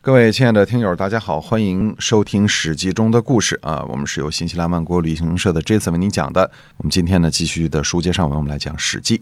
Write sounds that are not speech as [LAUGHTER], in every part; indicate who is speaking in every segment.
Speaker 1: 各位亲爱的听友，大家好，欢迎收听《史记》中的故事啊！我们是由新西兰万国旅行社的 Jason 为您讲的。我们今天呢，继续的书接上文，我们来讲《史记》。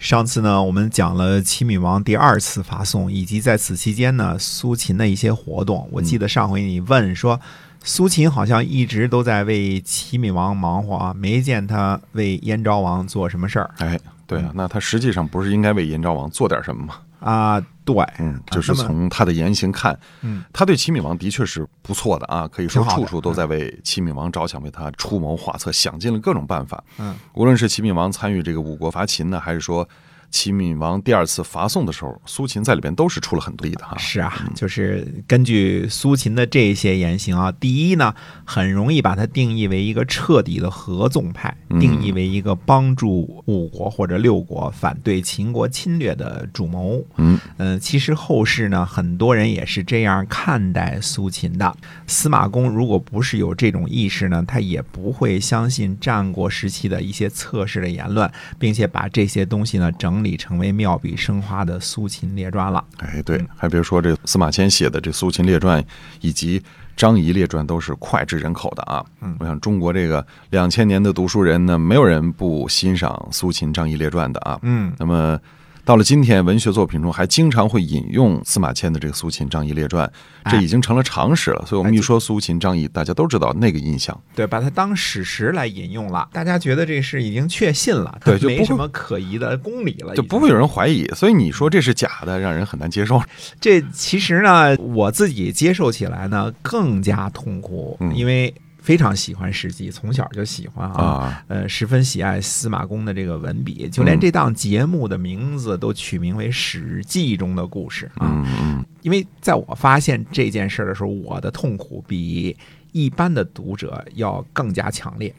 Speaker 2: 上次呢，我们讲了齐闵王第二次伐宋，以及在此期间呢，苏秦的一些活动。我记得上回你问说，苏秦好像一直都在为齐闵王忙活啊，没见他为燕昭王做什么事儿
Speaker 1: 哎，对啊，那他实际上不是应该为燕昭王做点什么吗？
Speaker 2: 啊。对，
Speaker 1: 嗯，就是
Speaker 2: 那么
Speaker 1: 从他的言行看，
Speaker 2: 嗯，
Speaker 1: 他对齐闵王的确是不错的啊，可以说
Speaker 2: 挺好的嗯
Speaker 1: 处处都在为齐闵王着想，为他出谋划策，想尽了各种办法。
Speaker 2: 嗯，
Speaker 1: 无论是齐闵王参与这个五国伐秦呢，还是说齐闵王第二次伐宋的时候，苏秦在里边都是出了很多力的哈。
Speaker 2: 是啊，就是根据苏秦的这些言行啊，第一呢，很容易把它定义为一个彻底的合纵派，
Speaker 1: 嗯
Speaker 2: 定义为一个帮助五国或者六国反对秦国侵略的主谋。
Speaker 1: 嗯，
Speaker 2: 呃，其实后世呢，很多人也是这样看待苏秦的。司马光如果不是有这种意识呢，他也不会相信战国时期的一些测试的言论，并且把这些东西呢整理成为妙笔生花的《苏秦列传》了。
Speaker 1: 哎，对，还别说这司马迁写的这《苏秦列传》以及张仪列传都是脍炙人口的啊。
Speaker 2: 嗯
Speaker 1: 我想中国这个两千年的读书人呢，没有人不欣赏苏秦、张仪列传的啊。
Speaker 2: 嗯，
Speaker 1: 那么到了今天，文学作品中还经常会引用司马迁的这个《苏秦张仪列传》，这
Speaker 2: 哎
Speaker 1: 已经成了常识了。所以我们
Speaker 2: 哎
Speaker 1: 一
Speaker 2: 这
Speaker 1: 说苏秦张仪，大家都知道那个印象。
Speaker 2: 对，把它当史实来引用了，大家觉得这事已经确信了，它
Speaker 1: 对就不
Speaker 2: 没
Speaker 1: 会
Speaker 2: 什么可疑的公理了，
Speaker 1: 就
Speaker 2: 已
Speaker 1: 不
Speaker 2: 经
Speaker 1: 会有人怀疑，所以你说这是假的，让人很难接
Speaker 2: 啊
Speaker 1: 受。
Speaker 2: 这其实呢，我自己接受起来呢更加痛苦，
Speaker 1: 嗯
Speaker 2: 因为非常喜欢《史记》，从小就喜欢啊。
Speaker 1: 啊，
Speaker 2: 呃，十分喜爱司马光的这个文笔，就连
Speaker 1: 嗯
Speaker 2: 这档节目的名字都取名为《史记》中的故事啊。
Speaker 1: 嗯嗯，
Speaker 2: 因为在我发现这件事儿的时候，我的痛苦比一般的读者要更加强烈。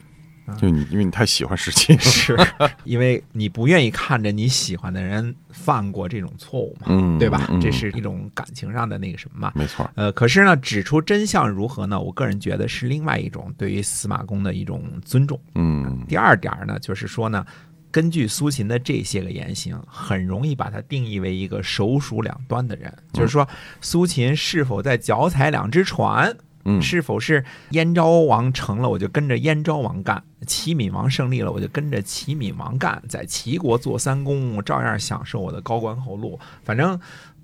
Speaker 1: 就你因为你太喜欢史 [LAUGHS] 记，
Speaker 2: 嗯是因为你不愿意看着你喜欢的人犯过这种错误嘛，
Speaker 1: 嗯，
Speaker 2: 对吧
Speaker 1: 嗯？
Speaker 2: 这是一种感情上的那个什么嘛。
Speaker 1: 没错，
Speaker 2: 呃，可是呢，指出真相如何呢？我个人觉得是另外一种对于司马公的一种尊重。
Speaker 1: 嗯
Speaker 2: 第二点儿呢，就是说呢，根据苏秦的这些个言行，很容易把他定义为一个手鼠两端的人，就是说，苏秦是否在脚踩两只船，
Speaker 1: 嗯，
Speaker 2: 是否是燕昭王成了我就跟着燕昭王干，齐闵王胜利了我就跟着齐闵王干，在齐国做三公，我照样享受我的高官厚禄。反正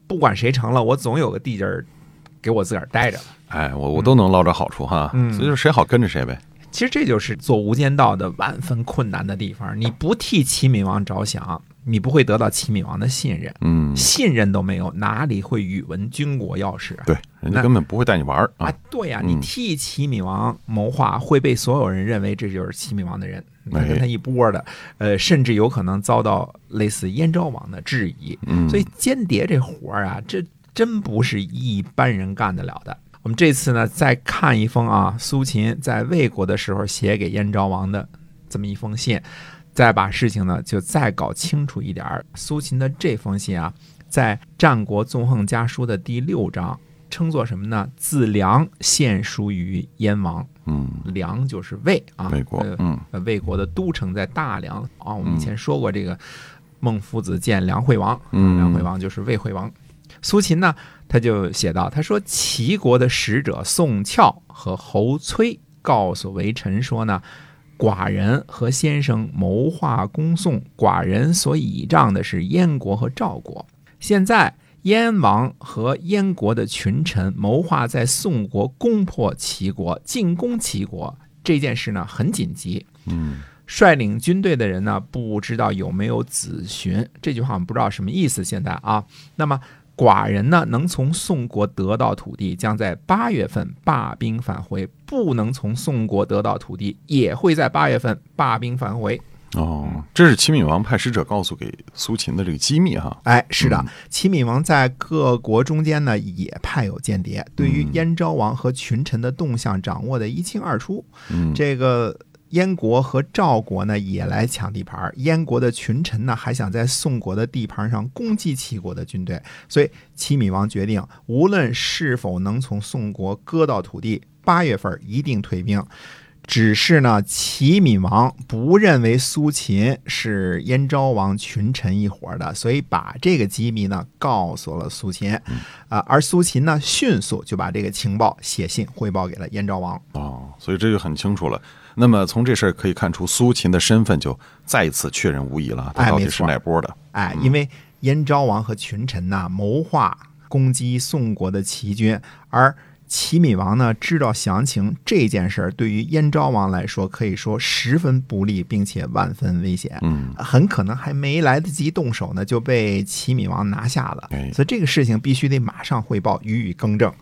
Speaker 2: 不管谁成了，我总有个地界儿给我自个儿待着。
Speaker 1: 哎，我我都能捞着好处哈，
Speaker 2: 嗯
Speaker 1: 所以就是谁好跟着谁呗。
Speaker 2: 其实这就是做《无间道》的万分困难的地方，你不替齐闵王着想，你不会得到齐闵王的信任，
Speaker 1: 嗯，
Speaker 2: 信任都没有，哪里会宇文军国要事啊？
Speaker 1: 对，人
Speaker 2: 那
Speaker 1: 家根本不会带你玩儿
Speaker 2: 啊
Speaker 1: 啊。，
Speaker 2: 对呀、
Speaker 1: 嗯
Speaker 2: 你替齐闵王谋划，会被所有人认为这就是齐闵王的人，你
Speaker 1: 哎
Speaker 2: 跟他一波的，呃，甚至有可能遭到类似燕昭王的质疑。
Speaker 1: 嗯，
Speaker 2: 所以间谍这活儿啊，这真不是一般人干得了的。我们这次呢，再看一封啊，苏秦在魏国的时候写给燕昭王的这么一封信，再把事情呢就再搞清楚一点儿。苏秦的这封信啊，在《战国纵横家书》的第六章，称作什么呢？自梁献书于燕王，
Speaker 1: 嗯，
Speaker 2: 梁就是魏啊，
Speaker 1: 美国
Speaker 2: 呃，
Speaker 1: 嗯
Speaker 2: 呃，魏国的都城在大梁啊。我们
Speaker 1: 嗯
Speaker 2: 以前说过，这个孟夫子见梁惠王，
Speaker 1: 嗯
Speaker 2: 梁惠王就是魏惠王。苏秦呢，他就写到，他说齐国的使者宋俏和侯崔告诉微臣说呢，寡人和先生谋划攻宋，寡人所倚仗的是燕国和赵国。现在燕王和燕国的群臣谋划在宋国攻破齐国，进攻齐国这件事呢很紧急。
Speaker 1: 嗯
Speaker 2: 率领军队的人呢不知道有没有子询，这句话我们不知道什么意思。现在啊，那么。寡人呢，能从宋国得到土地，将在八月份罢兵返回；不能从宋国得到土地，也会在八月份罢兵返回。
Speaker 1: 哦，这是齐闵王派使者告诉给苏秦的这个机密哈。
Speaker 2: 哎，是的，齐闵王在各国中间呢也派有间谍，对于
Speaker 1: 嗯
Speaker 2: 燕昭王和群臣的动向掌握的一清二楚。
Speaker 1: 嗯，
Speaker 2: 这个燕国和赵国呢也来抢地盘儿，燕国的群臣呢还想在宋国的地盘上攻击齐国的军队，所以齐闵王决定，无论是否能从宋国割到土地，八月份一定退兵。只是呢，齐闵王不认为苏秦是燕昭王群臣一伙的，所以把这个机密呢告诉了苏秦，啊、而苏秦呢迅速就把这个情报写信汇报给了燕昭王。
Speaker 1: 哦，所以这就很清楚了。那么从这事儿可以看出，苏秦的身份就再一次确认无疑了，他
Speaker 2: 哎
Speaker 1: 到
Speaker 2: 没
Speaker 1: 底是
Speaker 2: 错
Speaker 1: 哪波的？
Speaker 2: 哎，因为燕昭王和群臣呐、谋划攻击宋国的齐军，而齐闵王呢知道详情，这件事儿对于燕昭王来说可以说十分不利，并且万分危险。呃
Speaker 1: 嗯，
Speaker 2: 很可能还没来得及动手呢，就被齐闵王拿下了
Speaker 1: 哎。
Speaker 2: 所以这个事情必须得马上汇报，予以更正。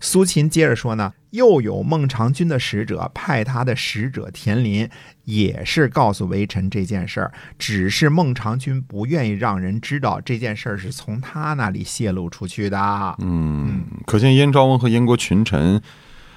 Speaker 2: 苏秦接着说呢，又有孟尝君的使者派他的使者田林，也是告诉微臣这件事儿，只是孟尝君不愿意让人知道这件事儿是从他那里泄露出去的。
Speaker 1: 嗯，可见燕昭王和燕国群臣，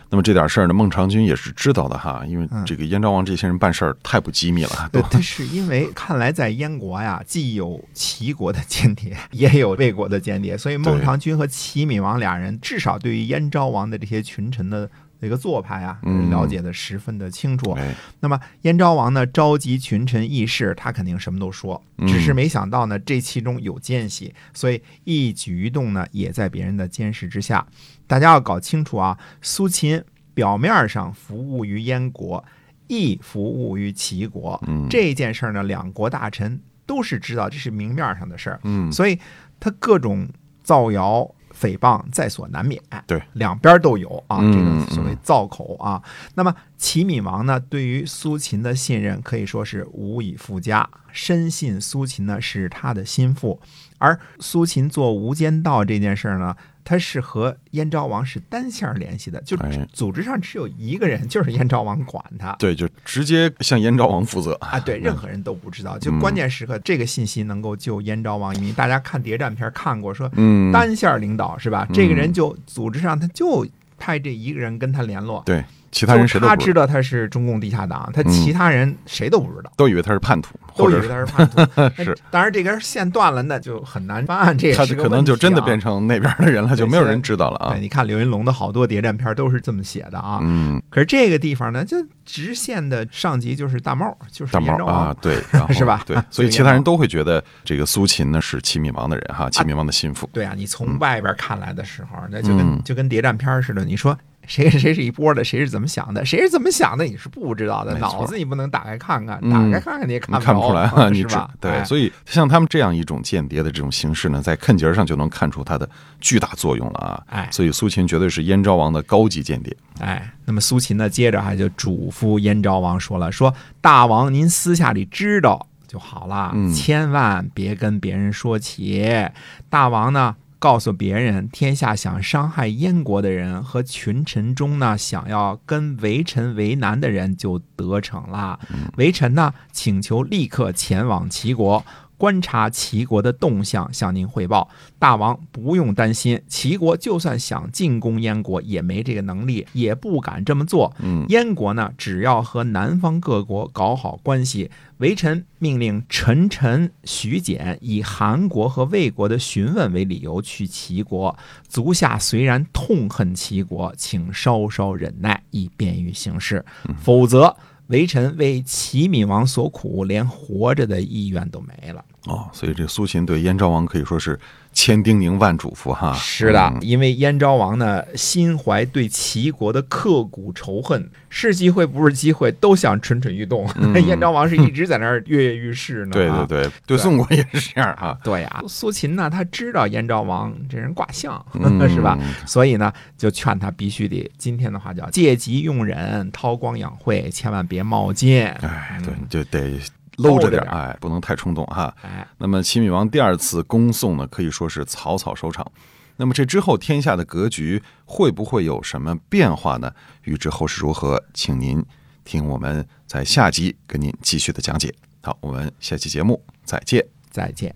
Speaker 1: 那么这点事儿呢，孟尝君也是知道的哈，因为这个燕昭王这些人办事儿太不机密了，
Speaker 2: [LAUGHS] 嗯对
Speaker 1: 都，
Speaker 2: 但是因为看来在燕国呀，既有齐国的间谍，也有魏国的间谍，所以孟尝君和齐闵王俩人至少对于燕昭王的这些群臣的这个做派啊，
Speaker 1: 嗯
Speaker 2: 了解的十分的清楚。
Speaker 1: 哎，
Speaker 2: 那么燕昭王呢，召集群臣议事，他肯定什么都说，只是
Speaker 1: 嗯
Speaker 2: 没想到呢，这其中有间隙，所以一举一动呢，也在别人的监视之下。大家要搞清楚啊，苏秦表面上服务于燕国，亦服务于齐国，
Speaker 1: 嗯，
Speaker 2: 这件事儿呢，两国大臣都是知道，这是明面上的事儿，
Speaker 1: 嗯，
Speaker 2: 所以他各种造谣诽谤在所难免。
Speaker 1: 对，
Speaker 2: 两边都有啊，
Speaker 1: 嗯
Speaker 2: 这个所谓造口啊。那么齐闵王呢，对于苏秦的信任可以说是无以复加，深信苏秦呢是他的心腹。而苏秦做无间道这件事儿呢，他是和燕昭王是单线儿联系的，就
Speaker 1: 哎
Speaker 2: 组织上只有一个人，就是燕昭王管他。
Speaker 1: 对，就直接向燕昭王负责
Speaker 2: 啊，对，任何人都不知道。就关键时刻，这个信息能够救燕昭王一命。大家看谍战片看过，说
Speaker 1: 嗯，
Speaker 2: 单线儿领导是吧？这个人就组织上他就派这一个人跟他联络，
Speaker 1: 对，其他人谁
Speaker 2: 就
Speaker 1: 都
Speaker 2: 他
Speaker 1: 不知
Speaker 2: 知
Speaker 1: 道，
Speaker 2: 道他是中共地下党，他其他人谁都不知道。
Speaker 1: 都以为他是叛徒，
Speaker 2: 都
Speaker 1: 或
Speaker 2: 以
Speaker 1: 者
Speaker 2: 为
Speaker 1: 是
Speaker 2: 他是叛徒，
Speaker 1: [LAUGHS]
Speaker 2: 那
Speaker 1: 是
Speaker 2: 当然这根线断了，那就很难办案。这也
Speaker 1: [LAUGHS] 他
Speaker 2: 是个
Speaker 1: 可能
Speaker 2: 问
Speaker 1: 就
Speaker 2: 题
Speaker 1: 真的
Speaker 2: 啊
Speaker 1: 变成那边的人了，就
Speaker 2: 对
Speaker 1: 没有
Speaker 2: 现在
Speaker 1: 人知道了啊
Speaker 2: 对，。你看刘云龙的好多谍战片都是这么写的啊。
Speaker 1: 嗯，
Speaker 2: 可是这个地方呢，就直线的上级就是大帽，就是
Speaker 1: 大
Speaker 2: 燕
Speaker 1: 毛
Speaker 2: 昭王
Speaker 1: 啊，对，
Speaker 2: [LAUGHS]
Speaker 1: 然后
Speaker 2: 是吧
Speaker 1: 对，所以其他人都会觉得这个苏秦呢是齐闵王的人哈，齐闵王的心腹。
Speaker 2: 对啊，你
Speaker 1: 嗯
Speaker 2: 从外边看来的时候，那就跟、就跟谍战片儿似的，你说谁跟谁是一波的，谁是怎么想的，谁是怎么想的，你是不知道的，
Speaker 1: 没错
Speaker 2: 脑子你不能打开看看，
Speaker 1: 嗯
Speaker 2: 打开看看你也看
Speaker 1: 你看
Speaker 2: 不
Speaker 1: 不出来
Speaker 2: 啊，
Speaker 1: 啊， [LAUGHS] 你
Speaker 2: 是
Speaker 1: 知
Speaker 2: 吧？
Speaker 1: 对，
Speaker 2: 哎
Speaker 1: 所以像他们这样一种间谍的这种形式呢，在肯节儿上就能看出它的巨大作用了啊。
Speaker 2: 哎
Speaker 1: 所以苏秦绝对是燕昭王的高级间谍。
Speaker 2: 哎，那么苏秦呢，接着还就嘱咐燕昭王说了，说大王您私下里知道就好了，
Speaker 1: 嗯
Speaker 2: 千万别跟别人说起。大王呢，告诉别人，天下想伤害燕国的人和群臣中呢，想要跟微臣为难的人就得逞了。微臣呢，请求立刻前往齐国。观察齐国的动向，向您汇报。大王不用担心，齐国就算想进攻燕国，也没这个能力，也不敢这么做。
Speaker 1: 嗯，
Speaker 2: 燕国呢，只要和南方各国搞好关系，微臣命令陈臣、徐简以韩国和魏国的询问为理由去齐国。足下虽然痛恨齐国，请稍稍忍耐，以便于行事，否则微臣为齐闵王所苦，连活着的意愿都没了。
Speaker 1: 哦，所以这苏秦对燕昭王可以说是千叮咛万嘱咐哈。
Speaker 2: 是的
Speaker 1: 嗯，
Speaker 2: 因为燕昭王呢，心怀对齐国的刻骨仇恨，是机会不是机会都想蠢蠢欲动。 [LAUGHS] 燕昭王是一直在那儿跃跃欲试呢。
Speaker 1: 嗯对
Speaker 2: 啊
Speaker 1: 对对，对宋国也是这
Speaker 2: [LAUGHS]
Speaker 1: 样哈。
Speaker 2: 对呀、苏秦呢，他知道燕昭王这人卦象，
Speaker 1: 嗯
Speaker 2: [LAUGHS] 是吧？所以呢，就劝他必须得今天的话叫借机用忍，韬光养晦，千万别冒进。
Speaker 1: 哎，对，
Speaker 2: 嗯
Speaker 1: 你就得搂
Speaker 2: 搂着
Speaker 1: 着点
Speaker 2: 点
Speaker 1: 儿，
Speaker 2: 儿
Speaker 1: 哎，不能太冲动哈。
Speaker 2: 哎，
Speaker 1: 那么齐闵王第二次攻宋呢，可以说是草草收场。那么这之后天下的格局会不会有什么变化呢？预知后事如何，请您听我们在下集跟您继续的讲解。好，我们下期节目再见。
Speaker 2: 再见。